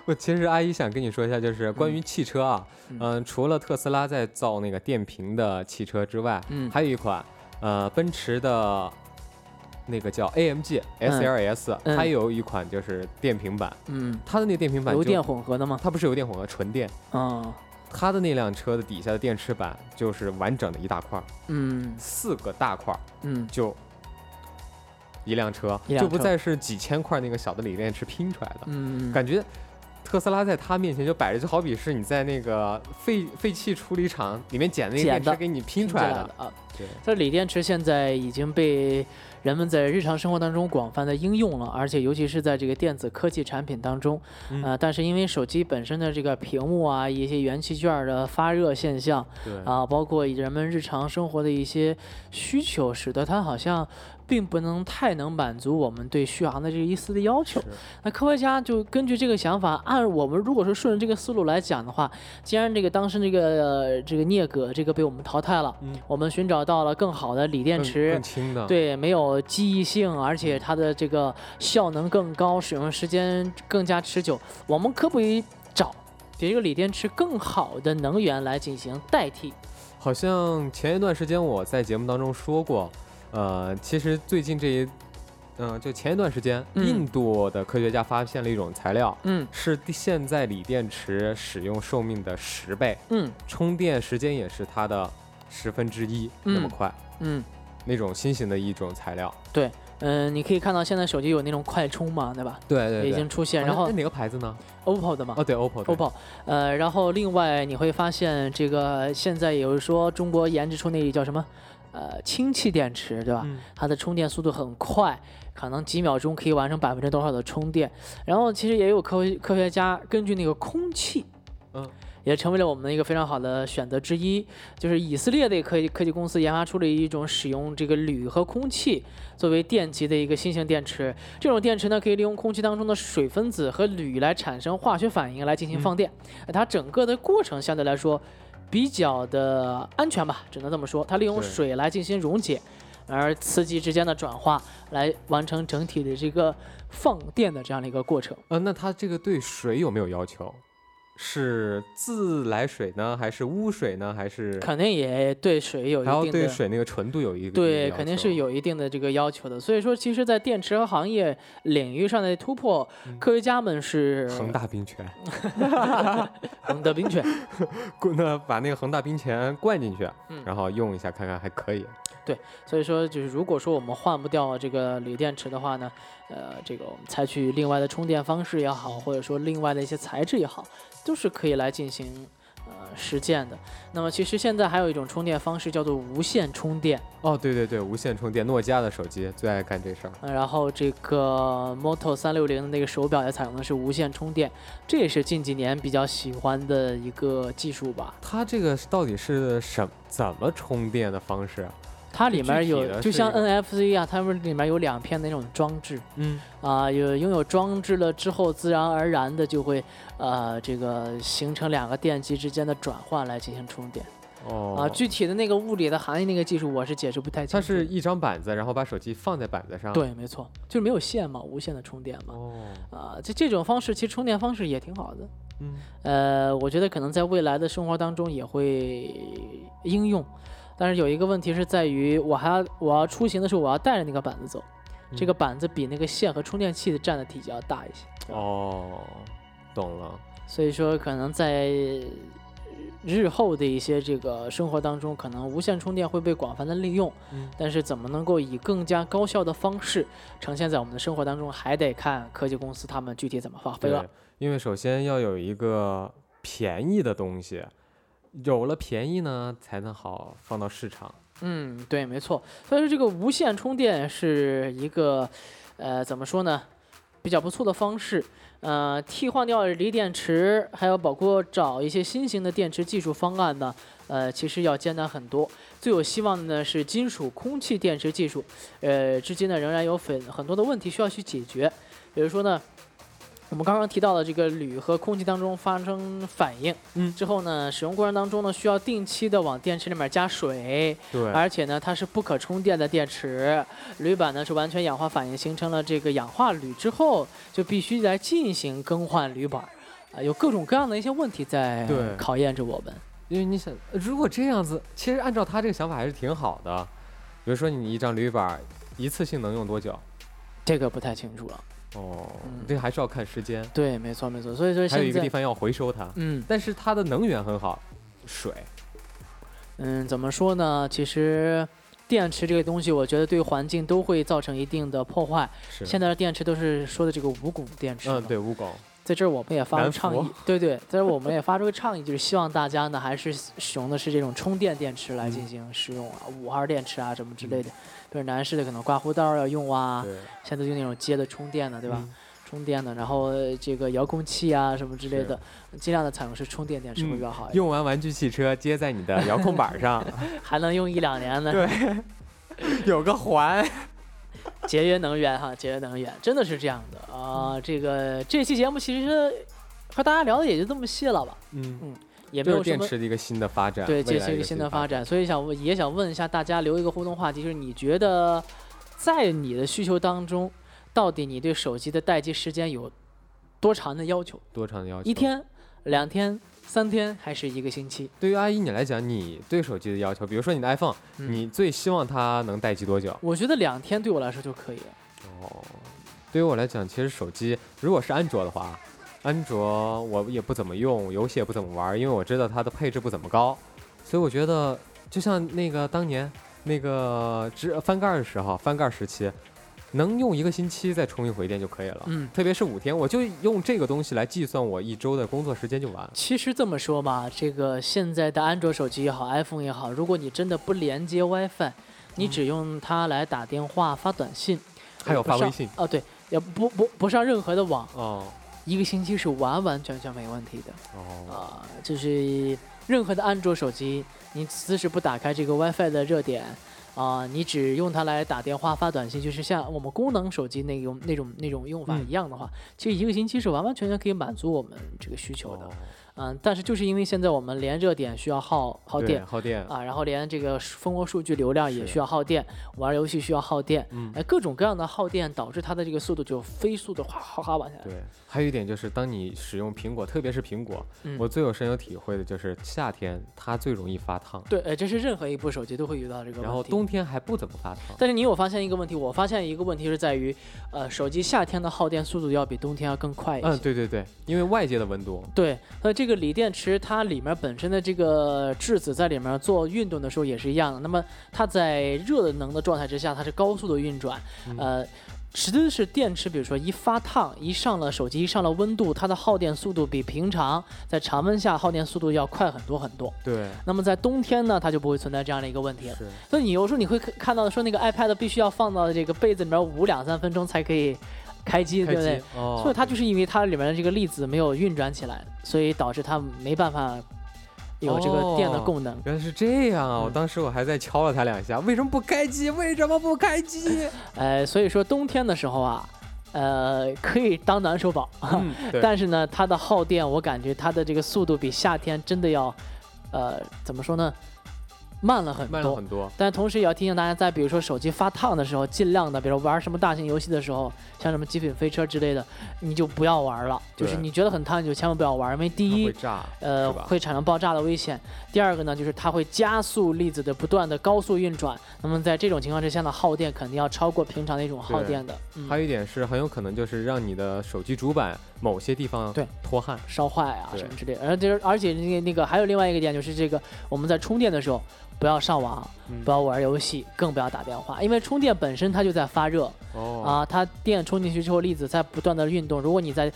[SPEAKER 2] 我其实阿姨想跟你说一下，就是关于汽车啊，
[SPEAKER 1] 嗯
[SPEAKER 2] 嗯、除了特斯拉在造那个电瓶的汽车之外，
[SPEAKER 1] 嗯
[SPEAKER 2] 还有一款呃奔驰的那个叫 AMG
[SPEAKER 1] 嗯
[SPEAKER 2] SLS，、
[SPEAKER 1] 嗯
[SPEAKER 2] 它也有一款就是电瓶版，
[SPEAKER 1] 嗯，
[SPEAKER 2] 它的那个电瓶版
[SPEAKER 1] 油
[SPEAKER 2] 就
[SPEAKER 1] 电混合的吗？
[SPEAKER 2] 它不是油电混合，纯电，
[SPEAKER 1] 嗯
[SPEAKER 2] 它的那辆车的底下的电池板就是完整的一大块儿，
[SPEAKER 1] 嗯
[SPEAKER 2] 四个大块儿
[SPEAKER 1] 嗯，
[SPEAKER 2] 就。一辆车
[SPEAKER 1] 一辆
[SPEAKER 2] 就不
[SPEAKER 1] 车
[SPEAKER 2] 再是几千块那个小的锂电池拼出来的，
[SPEAKER 1] 嗯，
[SPEAKER 2] 感觉特斯拉在他面前就摆着，就好比是你在那个废废气处理厂里面捡那个
[SPEAKER 1] 捡
[SPEAKER 2] 电
[SPEAKER 1] 的
[SPEAKER 2] 池给你拼出来的。
[SPEAKER 1] 啊。
[SPEAKER 2] 对，
[SPEAKER 1] 但是锂电池现在已经被人们在日常生活当中广泛的应用了，而且尤其是在这个电子科技产品当中，
[SPEAKER 2] 嗯
[SPEAKER 1] 呃，但是因为手机本身的这个屏幕啊，一些元器件儿的发热现象
[SPEAKER 2] 对，
[SPEAKER 1] 啊，包括人们日常生活的一些需求，使得它好像并不能太能满足我们对续航的这个一丝的要求
[SPEAKER 2] 是。
[SPEAKER 1] 那科学家就根据这个想法，按我们如果说顺着这个思路来讲的话，既然这个当时这个、呃这个镍镉这个被我们淘汰了，
[SPEAKER 2] 嗯
[SPEAKER 1] 我们寻找到了更好的锂电
[SPEAKER 2] 更
[SPEAKER 1] 池
[SPEAKER 2] 更。轻的，
[SPEAKER 1] 对，没有记忆性，而且它的这个效能更高，使用时间更加持久。我们可不可以找比这个锂电池更好的能源来进行代替？
[SPEAKER 2] 好像前一段时间我在节目当中说过，呃，其实最近这一，嗯、就前一段时间，
[SPEAKER 1] 嗯
[SPEAKER 2] 印度的科学家发现了一种材料，
[SPEAKER 1] 嗯
[SPEAKER 2] 是地现在锂电池使用寿命的十倍，
[SPEAKER 1] 嗯
[SPEAKER 2] 充电时间也是它的十分之一
[SPEAKER 1] 嗯
[SPEAKER 2] 那么快，
[SPEAKER 1] 嗯
[SPEAKER 2] 那种新型的一种材料。
[SPEAKER 1] 嗯、你可以看到现在手机有那种快充嘛，对吧？
[SPEAKER 2] 对对
[SPEAKER 1] 也已经出现，
[SPEAKER 2] 好
[SPEAKER 1] 然
[SPEAKER 2] 像
[SPEAKER 1] 后
[SPEAKER 2] 哎哪个牌子呢？
[SPEAKER 1] OPPO 的嘛。
[SPEAKER 2] 哦，对，OPPO 对。
[SPEAKER 1] OPPO，呃，然后另外你会发现，这个现在有说中国研制出那叫什么，呃，氢气电池，对吧？
[SPEAKER 2] 嗯，
[SPEAKER 1] 它的充电速度很快，可能几秒钟可以完成百分之多少的充电。然后其实也有科科学家根据那个空气，
[SPEAKER 2] 嗯，
[SPEAKER 1] 也成为了我们的一个非常好的选择之一。就是以色列的科技科技公司研发出了一种使用这个铝和空气作为电极的一个新型电池。这种电池呢，可以利用空气当中的水分子和铝来产生化学反应来进行
[SPEAKER 2] 嗯
[SPEAKER 1] 放电。呃它整个的过程相对来说。比较的安全吧，只能这么说。它利用
[SPEAKER 2] 对
[SPEAKER 1] 水来进行溶解，而磁极之间的转化来完成整体的这个放电的这样的一个过程。
[SPEAKER 2] 呃，那它这个对水有没有要求？是自来水呢，还是污水呢，还是
[SPEAKER 1] 肯定也对水有
[SPEAKER 2] 还要
[SPEAKER 1] 一定
[SPEAKER 2] 对
[SPEAKER 1] 的
[SPEAKER 2] 水那个纯度有一个一
[SPEAKER 1] 对，
[SPEAKER 2] 个
[SPEAKER 1] 肯
[SPEAKER 2] 要
[SPEAKER 1] 定
[SPEAKER 2] 求
[SPEAKER 1] 是有一定的这个要求的。所以说，其实，在电池行业领域上的突破，
[SPEAKER 2] 嗯
[SPEAKER 1] 科学家们是
[SPEAKER 2] 恒大冰泉，
[SPEAKER 1] 恒德冰泉。
[SPEAKER 2] 灌那把那个恒大冰泉灌进去，
[SPEAKER 1] 嗯
[SPEAKER 2] 然后用一下看看还可以。
[SPEAKER 1] 所以说，就是如果说我们换不掉这个锂电池的话呢，呃，这个我们采取另外的充电方式也好，或者说另外的一些材质也好，都是可以来进行呃实践的。那么其实现在还有一种充电方式叫做无线充电，
[SPEAKER 2] 哦，对对对，无线充电，诺基亚的手机最爱干这事儿。
[SPEAKER 1] 呃然后这个 Moto 三六零的那个手表也采用的是无线充电，这也是近几年比较喜欢的一个技术吧。
[SPEAKER 2] 它这个到底是什怎么充电的方式？啊
[SPEAKER 1] 它里
[SPEAKER 2] 具
[SPEAKER 1] 面
[SPEAKER 2] 体
[SPEAKER 1] 有
[SPEAKER 2] 的
[SPEAKER 1] 就是像
[SPEAKER 2] 一个
[SPEAKER 1] NFC 啊，它们里面有两片那种装置。
[SPEAKER 2] 嗯，
[SPEAKER 1] 啊、有拥有装置了之后，自然而然的就会，呃，这个形成两个电极之间的转换来进行充电啊、
[SPEAKER 2] 哦，
[SPEAKER 1] 具体的那个物理的含义、那个技术，我是解释不太清
[SPEAKER 2] 它
[SPEAKER 1] 楚。
[SPEAKER 2] 是一张板子，然后把手机放在板子上。。
[SPEAKER 1] 对，没错，就是没有线嘛，无线的充电嘛。
[SPEAKER 2] 哦，
[SPEAKER 1] 啊、这这种方式其实充电方式也挺好的。
[SPEAKER 2] 嗯，
[SPEAKER 1] 呃，我觉得可能在未来的生活当中也会应用，但是有一个问题是在于，我还要我要出行的时候，我要带着那个板子走，
[SPEAKER 2] 嗯
[SPEAKER 1] 这个板子比那个线和充电器的占的体积要大一些。
[SPEAKER 2] 哦，懂了。
[SPEAKER 1] 所以说，可能在日后的一些这个生活当中，可能无线充电会被广泛的利用，
[SPEAKER 2] 嗯
[SPEAKER 1] 但是怎么能够以更加高效的方式呈现在我们的生活当中，还得看科技公司他们具体怎么发挥
[SPEAKER 2] 对
[SPEAKER 1] 了。，
[SPEAKER 2] 因为首先要有一个便宜的东西，有了便宜呢，才能好放到市场。
[SPEAKER 1] 嗯，对，没错。所以说，这个无线充电是一个，呃，怎么说呢，比较不错的方式。呃，替换掉锂电池，还有包括找一些新型的电池技术方案呢，呃，其实要艰难很多。最有希望的呢是金属空气电池技术，呃，至今呢仍然有很很多的问题需要去解决，比如说呢。我们刚刚提到的这个铝和空气当中发生反应，
[SPEAKER 2] 嗯
[SPEAKER 1] 之后呢，使用过程当中呢，需要定期的往电池里面加水，
[SPEAKER 2] 对，
[SPEAKER 1] 而且呢，它是不可充电的电池，铝板呢是完全氧化反应形成了这个氧化铝之后，就必须来进行更换铝板，啊、有各种各样的一些问题在
[SPEAKER 2] 对
[SPEAKER 1] 考验着我们。
[SPEAKER 2] 因为你想，如果这样子，其实按照他这个想法还是挺好的。比如说你一张铝板儿，一次性能用多久？
[SPEAKER 1] 这个不太清楚了。
[SPEAKER 2] 哦，
[SPEAKER 1] 嗯
[SPEAKER 2] 这个还是要看时间。
[SPEAKER 1] 对，没错没错。所以说
[SPEAKER 2] 还有一
[SPEAKER 1] 现
[SPEAKER 2] 个地
[SPEAKER 1] 在，
[SPEAKER 2] 方要回收它，
[SPEAKER 1] 嗯
[SPEAKER 2] 但是它的能源很好，水。
[SPEAKER 1] 嗯，怎么说呢？其实。电池这个东西，我觉得对环境都会造成一定的破坏。
[SPEAKER 2] 是
[SPEAKER 1] 现在的电池都是说的这个无汞电池嘛，
[SPEAKER 2] 嗯，对，污垢。
[SPEAKER 1] 在这儿我们也发
[SPEAKER 2] 南
[SPEAKER 1] 了倡
[SPEAKER 2] 孚
[SPEAKER 1] 议，对对，在这儿我们也发出个倡议，就是希望大家呢还是使用的是这种充电电池
[SPEAKER 2] 嗯
[SPEAKER 1] 来进行使用啊，五号电池啊什么之类的，就是男士的可能刮胡刀要用啊，
[SPEAKER 2] 对，
[SPEAKER 1] 现在就那种接的充电的，对吧？
[SPEAKER 2] 嗯
[SPEAKER 1] 充电的，然后呃这个遥控器啊什么之类的，尽量的采用是充电电池会比较好一点，
[SPEAKER 2] 嗯用完玩具汽车接在你的遥控 板上，
[SPEAKER 1] 还能用一两年呢，
[SPEAKER 2] 对有个环，
[SPEAKER 1] 节约能源哈，节约能源，真的是这样的啊、
[SPEAKER 2] 嗯
[SPEAKER 1] 这个这期节目其实和大家聊的也就这么细了吧，
[SPEAKER 2] 嗯，
[SPEAKER 1] 也没
[SPEAKER 2] 这
[SPEAKER 1] 有
[SPEAKER 2] 是
[SPEAKER 1] 什
[SPEAKER 2] 电
[SPEAKER 1] 么。
[SPEAKER 2] 池的一个新的发展，
[SPEAKER 1] 对，
[SPEAKER 2] 未
[SPEAKER 1] 这
[SPEAKER 2] 来
[SPEAKER 1] 是一个
[SPEAKER 2] 个
[SPEAKER 1] 新
[SPEAKER 2] 的
[SPEAKER 1] 的发展，所以想问，也想问一下大家，留一个互动话题，就是你觉得在你的需求当中，到底你对手机的待机时间有多长的要求？
[SPEAKER 2] 多长的要求？
[SPEAKER 1] 一。天、两天、三天，还是一个星期？
[SPEAKER 2] 对于阿姨你来讲，你对手机的要求，比如说你的 iPhone，、
[SPEAKER 1] 嗯
[SPEAKER 2] 你最希望它能待机多久？
[SPEAKER 1] 我觉得两天对我来说就可以了。
[SPEAKER 2] 哦，对于我来讲，其实手机如果是安卓的话，安卓我也不怎么用，游戏也不怎么玩，因为我知道它的配置不怎么高，所以我觉得就像那个当年那个只翻盖儿的时候，翻盖儿时期，能用一个星期再充一回电就可以了。
[SPEAKER 1] 嗯，
[SPEAKER 2] 特别是五天，我就用这个东西来计算我一周的工作时间就完。
[SPEAKER 1] 其实这么说吧，这个现在的安卓手机也好，iPhone 也好，如果你真的不连接 WiFi，你只用它来打电话、发短信，
[SPEAKER 2] 嗯还有
[SPEAKER 1] 不
[SPEAKER 2] 发微
[SPEAKER 1] 上
[SPEAKER 2] 信
[SPEAKER 1] 啊，对，也不不不上任何的网，
[SPEAKER 2] 哦
[SPEAKER 1] 一个星期是完完全全没问题的。
[SPEAKER 2] 哦，
[SPEAKER 1] 啊、就是任何的安卓手机，你即使不打开这个 WiFi 的热点，啊、你只用它来打电话、发短信，就是像我们功能手机那种那种那种用法
[SPEAKER 2] 嗯
[SPEAKER 1] 一样的话，其实一个星期是完完全全可以满足我们这个需求的。
[SPEAKER 2] 哦
[SPEAKER 1] 嗯、但是就是因为现在我们连热点需要耗耗
[SPEAKER 2] 对
[SPEAKER 1] 电
[SPEAKER 2] 耗电，
[SPEAKER 1] 啊，然后连这个蜂窝数据流量也
[SPEAKER 2] 是
[SPEAKER 1] 需要耗电，玩游戏需要耗电，
[SPEAKER 2] 嗯
[SPEAKER 1] 哎，各种各样的耗电导致它的这个速度就飞速的哗哗哗往下来。
[SPEAKER 2] 对，还有一点就是，当你使用苹果，特别是苹果，
[SPEAKER 1] 嗯
[SPEAKER 2] 我最有深有体会的就是夏天它最容易发烫，
[SPEAKER 1] 对，哎，这是任何一部手机都会遇到这个问题。
[SPEAKER 2] 然后冬天还不怎么发烫。
[SPEAKER 1] 但是你有发现一个问题？我发现一个问题是在于，呃，手机夏天的耗电速度要比冬天要更快一些。
[SPEAKER 2] 嗯，对对对，因为外界的温度，
[SPEAKER 1] 对，那这个锂电池它里面本身的这个质子在里面做运动的时候也是一样的。那么它在热能的状态之下，它是高速的运转，
[SPEAKER 2] 嗯
[SPEAKER 1] 呃。实际是电池，比如说一发烫，一上了手机，一上了温度，它的耗电速度比平常在常温下耗电速度要快很多很多。
[SPEAKER 2] 对，
[SPEAKER 1] 那么在冬天呢，它就不会存在这样的一个问题了。
[SPEAKER 2] 是，
[SPEAKER 1] 所以你有时候你会看看到说那个 iPad 必须要放到这个被子里面捂两三分钟才可以开机，
[SPEAKER 2] 开
[SPEAKER 1] 对不对
[SPEAKER 2] 机？哦，
[SPEAKER 1] 所以它
[SPEAKER 2] 对
[SPEAKER 1] 就是因为它里面的这个粒子没有运转起来，所以导致它没办法有这个电的供能。
[SPEAKER 2] 原来是这样啊！我
[SPEAKER 1] 嗯
[SPEAKER 2] 当时我还在敲了它两下，为什么不开机？为什么不 开机？
[SPEAKER 1] 呃，所以说冬天的时候啊，呃，可以当暖手宝，
[SPEAKER 2] 嗯，对，
[SPEAKER 1] 啊但是呢，它的耗电我感觉它的这个速度比夏天真的要，呃，怎么说呢，慢了很
[SPEAKER 2] 慢了
[SPEAKER 1] 多。
[SPEAKER 2] 很多。
[SPEAKER 1] 但同时也要提醒大家，在比如说手机发烫的时候，尽量的，比如玩什么大型游戏的时候，像什么《极品飞车》之类的，你就不要玩了。就是
[SPEAKER 2] 对
[SPEAKER 1] 你觉得很烫，你就千万不要玩，因为第
[SPEAKER 2] 它会
[SPEAKER 1] 一，
[SPEAKER 2] 炸，
[SPEAKER 1] 呃，
[SPEAKER 2] 是吧
[SPEAKER 1] 会产生爆炸的危险；第二个呢，就是它会加速粒子的不断的高速运转。那么在这种情况之下呢，耗电肯定要超过平常的一种耗
[SPEAKER 2] 对
[SPEAKER 1] 电的，嗯
[SPEAKER 2] 还，有一点是很有可能就是让你的手机主板某些地方
[SPEAKER 1] 对
[SPEAKER 2] 脱汗。
[SPEAKER 1] 烧坏啊
[SPEAKER 2] 对
[SPEAKER 1] 什么之类的。而且而且那个那个还有另外一个点就是这个，我们在充电的时候不要上网，
[SPEAKER 2] 嗯
[SPEAKER 1] 不要玩游戏，更不要打电话，因为充电本身它就在发热。
[SPEAKER 2] 哦，
[SPEAKER 1] 啊，它电充进去之后，粒子在不断的运动。如果你在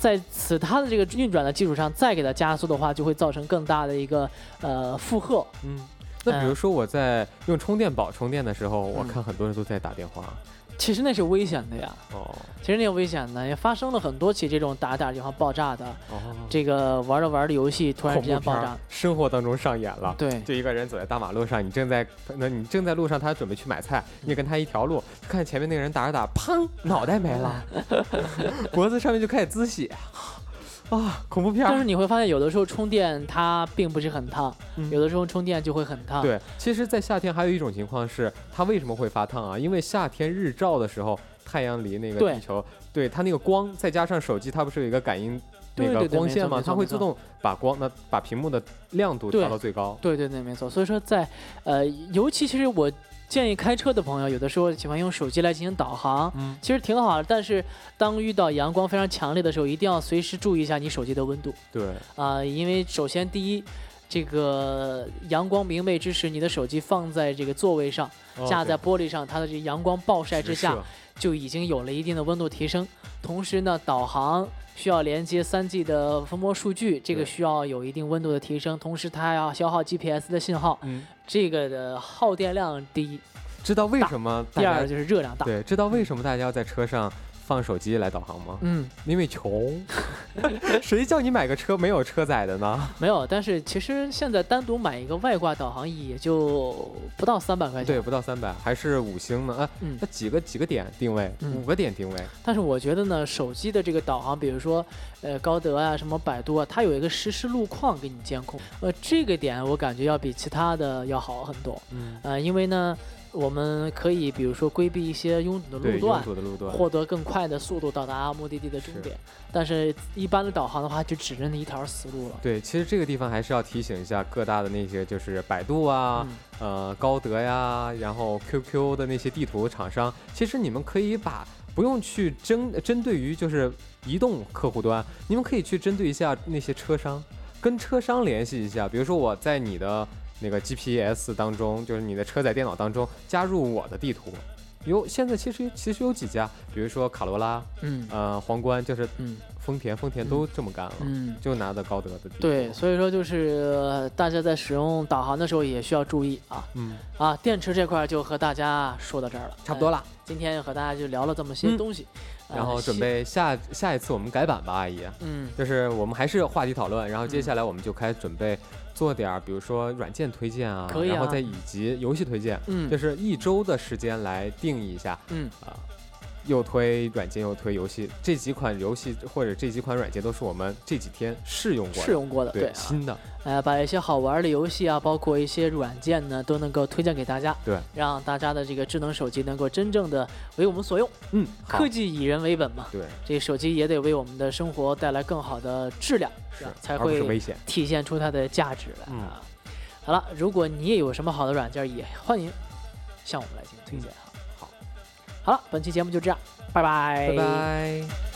[SPEAKER 1] 在此它的这个运转的基础上再给它加速的话，就会造成更大的一个呃负荷。
[SPEAKER 2] 嗯。那比如说我在用充电宝充电的时候，我
[SPEAKER 1] 嗯
[SPEAKER 2] 看很多人都在打电话。
[SPEAKER 1] 其实那是危险的呀，
[SPEAKER 2] 哦
[SPEAKER 1] 其实那个危险的也发生了很多起这种打打电话爆炸的，
[SPEAKER 2] 哦，
[SPEAKER 1] 这个玩着玩着游戏突然
[SPEAKER 2] 恐
[SPEAKER 1] 之
[SPEAKER 2] 怖
[SPEAKER 1] 间
[SPEAKER 2] 片
[SPEAKER 1] 爆
[SPEAKER 2] 儿
[SPEAKER 1] 炸。
[SPEAKER 2] 生活当中上演了。
[SPEAKER 1] 对，
[SPEAKER 2] 就一个人走在大马路上，你正在那你正在路上，他准备去买菜，你也跟他一条路，看前面那个人打着打，砰，脑袋没 了，脖子上面就开始滋血， 啊，恐怖片
[SPEAKER 1] 但
[SPEAKER 2] 儿
[SPEAKER 1] 是。你会发现有的时候充电它并不是很烫，
[SPEAKER 2] 嗯
[SPEAKER 1] 有的时候充电就会很烫。，
[SPEAKER 2] 对，其实，在夏天还有一种情况是，它为什么会发烫啊？因为夏天日照的时候，太阳离那个
[SPEAKER 1] 对
[SPEAKER 2] 地球，对它那个光，再加上手机，它不是有一个感应
[SPEAKER 1] 对
[SPEAKER 2] 那个
[SPEAKER 1] 对对
[SPEAKER 2] 光
[SPEAKER 1] 没
[SPEAKER 2] 线
[SPEAKER 1] 错
[SPEAKER 2] 吗
[SPEAKER 1] 没？错
[SPEAKER 2] 它会
[SPEAKER 1] 没
[SPEAKER 2] 自
[SPEAKER 1] 错
[SPEAKER 2] 动把光，那把屏幕的亮度
[SPEAKER 1] 对
[SPEAKER 2] 调到最高。
[SPEAKER 1] 对对对，没错。所以说在呃，尤其其实我建议开车的朋友，有的时候喜欢用手机来进行导航。
[SPEAKER 2] 嗯，
[SPEAKER 1] 其实挺好的，但是当遇到阳光非常强烈的时候，一定要随时注意一下你手机的温度
[SPEAKER 2] 对，
[SPEAKER 1] 啊、因为首先第一，这个阳光明媚之时，你的手机放在这个座位上，
[SPEAKER 2] 哦
[SPEAKER 1] 架在
[SPEAKER 2] 对
[SPEAKER 1] 玻璃上，它的这阳光暴晒之
[SPEAKER 2] 直
[SPEAKER 1] 下
[SPEAKER 2] 射，
[SPEAKER 1] 就已经有了一定的温度提升。同时呢，导航需要连接 3G 的蜂窝数据，这个
[SPEAKER 2] 对
[SPEAKER 1] 需要有一定温度的提升。同时，它还要消耗 GPS 的信号，
[SPEAKER 2] 嗯，
[SPEAKER 1] 这个的耗电量第一，
[SPEAKER 2] 知道为什么大
[SPEAKER 1] 第二
[SPEAKER 2] 家
[SPEAKER 1] 就是热量大。
[SPEAKER 2] 对知道为什么大家要在车上放手机来导航吗？
[SPEAKER 1] 嗯，
[SPEAKER 2] 因 为穷， 谁叫你买个车没有车载的呢？
[SPEAKER 1] 没有，但是其实现在单独买一个外挂导航也就不到三百块钱。
[SPEAKER 2] 对，不到三百，还是五星呢啊？
[SPEAKER 1] 嗯
[SPEAKER 2] 那几个几个点定位？
[SPEAKER 1] 嗯
[SPEAKER 2] 五个点定位，
[SPEAKER 1] 但是我觉得呢，手机的这个导航，比如说，呃，高德啊，什么百度啊，它有一个实时路况给你监控，呃，这个点我感觉要比其他的要好很多，
[SPEAKER 2] 嗯，
[SPEAKER 1] 呃，因为呢，我们可以比如说规避一些拥堵的
[SPEAKER 2] 对，
[SPEAKER 1] 路
[SPEAKER 2] 拥
[SPEAKER 1] 段，
[SPEAKER 2] 堵的路段，
[SPEAKER 1] 获得更快的速度到达目的地的终
[SPEAKER 2] 是
[SPEAKER 1] 点。但是，一般的导航的话，就指着你一条死路了。
[SPEAKER 2] 对，其实这个地方还是要提醒一下各大的那些，就是百度啊、
[SPEAKER 1] 嗯
[SPEAKER 2] 呃高德呀，然后 QQ 的那些地图厂商，其实你们可以把不用去针针对于就是移动客户端，你们可以去针对一下那些车商，跟车商联系一下，比如说我在你的那个 GPS 当中，就是你的车载电脑当中加入我的地图。有现在其实其实有几家，比如说卡罗拉、
[SPEAKER 1] 嗯
[SPEAKER 2] 呃皇冠，就是
[SPEAKER 1] 嗯
[SPEAKER 2] 丰田，丰田都这么干了，
[SPEAKER 1] 嗯，
[SPEAKER 2] 就拿的高德的地图。
[SPEAKER 1] 对，所以说就是、呃大家在使用导航的时候也需要注意啊
[SPEAKER 2] 嗯，
[SPEAKER 1] 啊，电池这块儿就和大家说到这儿了，
[SPEAKER 2] 差不多
[SPEAKER 1] 了。
[SPEAKER 2] 啦。
[SPEAKER 1] 今天和大家就聊了这么些
[SPEAKER 2] 嗯
[SPEAKER 1] 东西，呃
[SPEAKER 2] 然后准，
[SPEAKER 1] 希
[SPEAKER 2] 备下下一次我们改版吧，阿姨。
[SPEAKER 1] 嗯
[SPEAKER 2] 就是我们还是话题讨论，然后接下来我们就开始准备做点儿，比如说软件推荐啊，
[SPEAKER 1] 可以啊
[SPEAKER 2] 然后再以及游戏推荐，
[SPEAKER 1] 嗯，
[SPEAKER 2] 就是一周的时间来定义一下
[SPEAKER 1] 嗯
[SPEAKER 2] 啊、又推软件又推游戏，这几款游戏或者这几款软件都是我们这几天试用过
[SPEAKER 1] 试
[SPEAKER 2] 的，
[SPEAKER 1] 用过的，
[SPEAKER 2] 对
[SPEAKER 1] 对啊，
[SPEAKER 2] 新的，
[SPEAKER 1] 呃，把一些好玩的游戏啊，包括一些软件呢，都能够推荐给大家，
[SPEAKER 2] 对，
[SPEAKER 1] 让大家的这个智能手机能够真正的为我们所用。
[SPEAKER 2] 嗯，好
[SPEAKER 1] 科，技以人为本嘛，
[SPEAKER 2] 对，
[SPEAKER 1] 这手机也得为我们的生活带来更好的质量，
[SPEAKER 2] 是
[SPEAKER 1] 吧，啊才
[SPEAKER 2] 而不是
[SPEAKER 1] 会
[SPEAKER 2] 危险。
[SPEAKER 1] 体现出它的价值来
[SPEAKER 2] 嗯
[SPEAKER 1] 啊。好了，如果你也有什么好的软件，也欢迎向我们来进行推荐啊。
[SPEAKER 2] 嗯好，
[SPEAKER 1] 好了，本期节目就这样，拜拜，
[SPEAKER 2] 拜拜。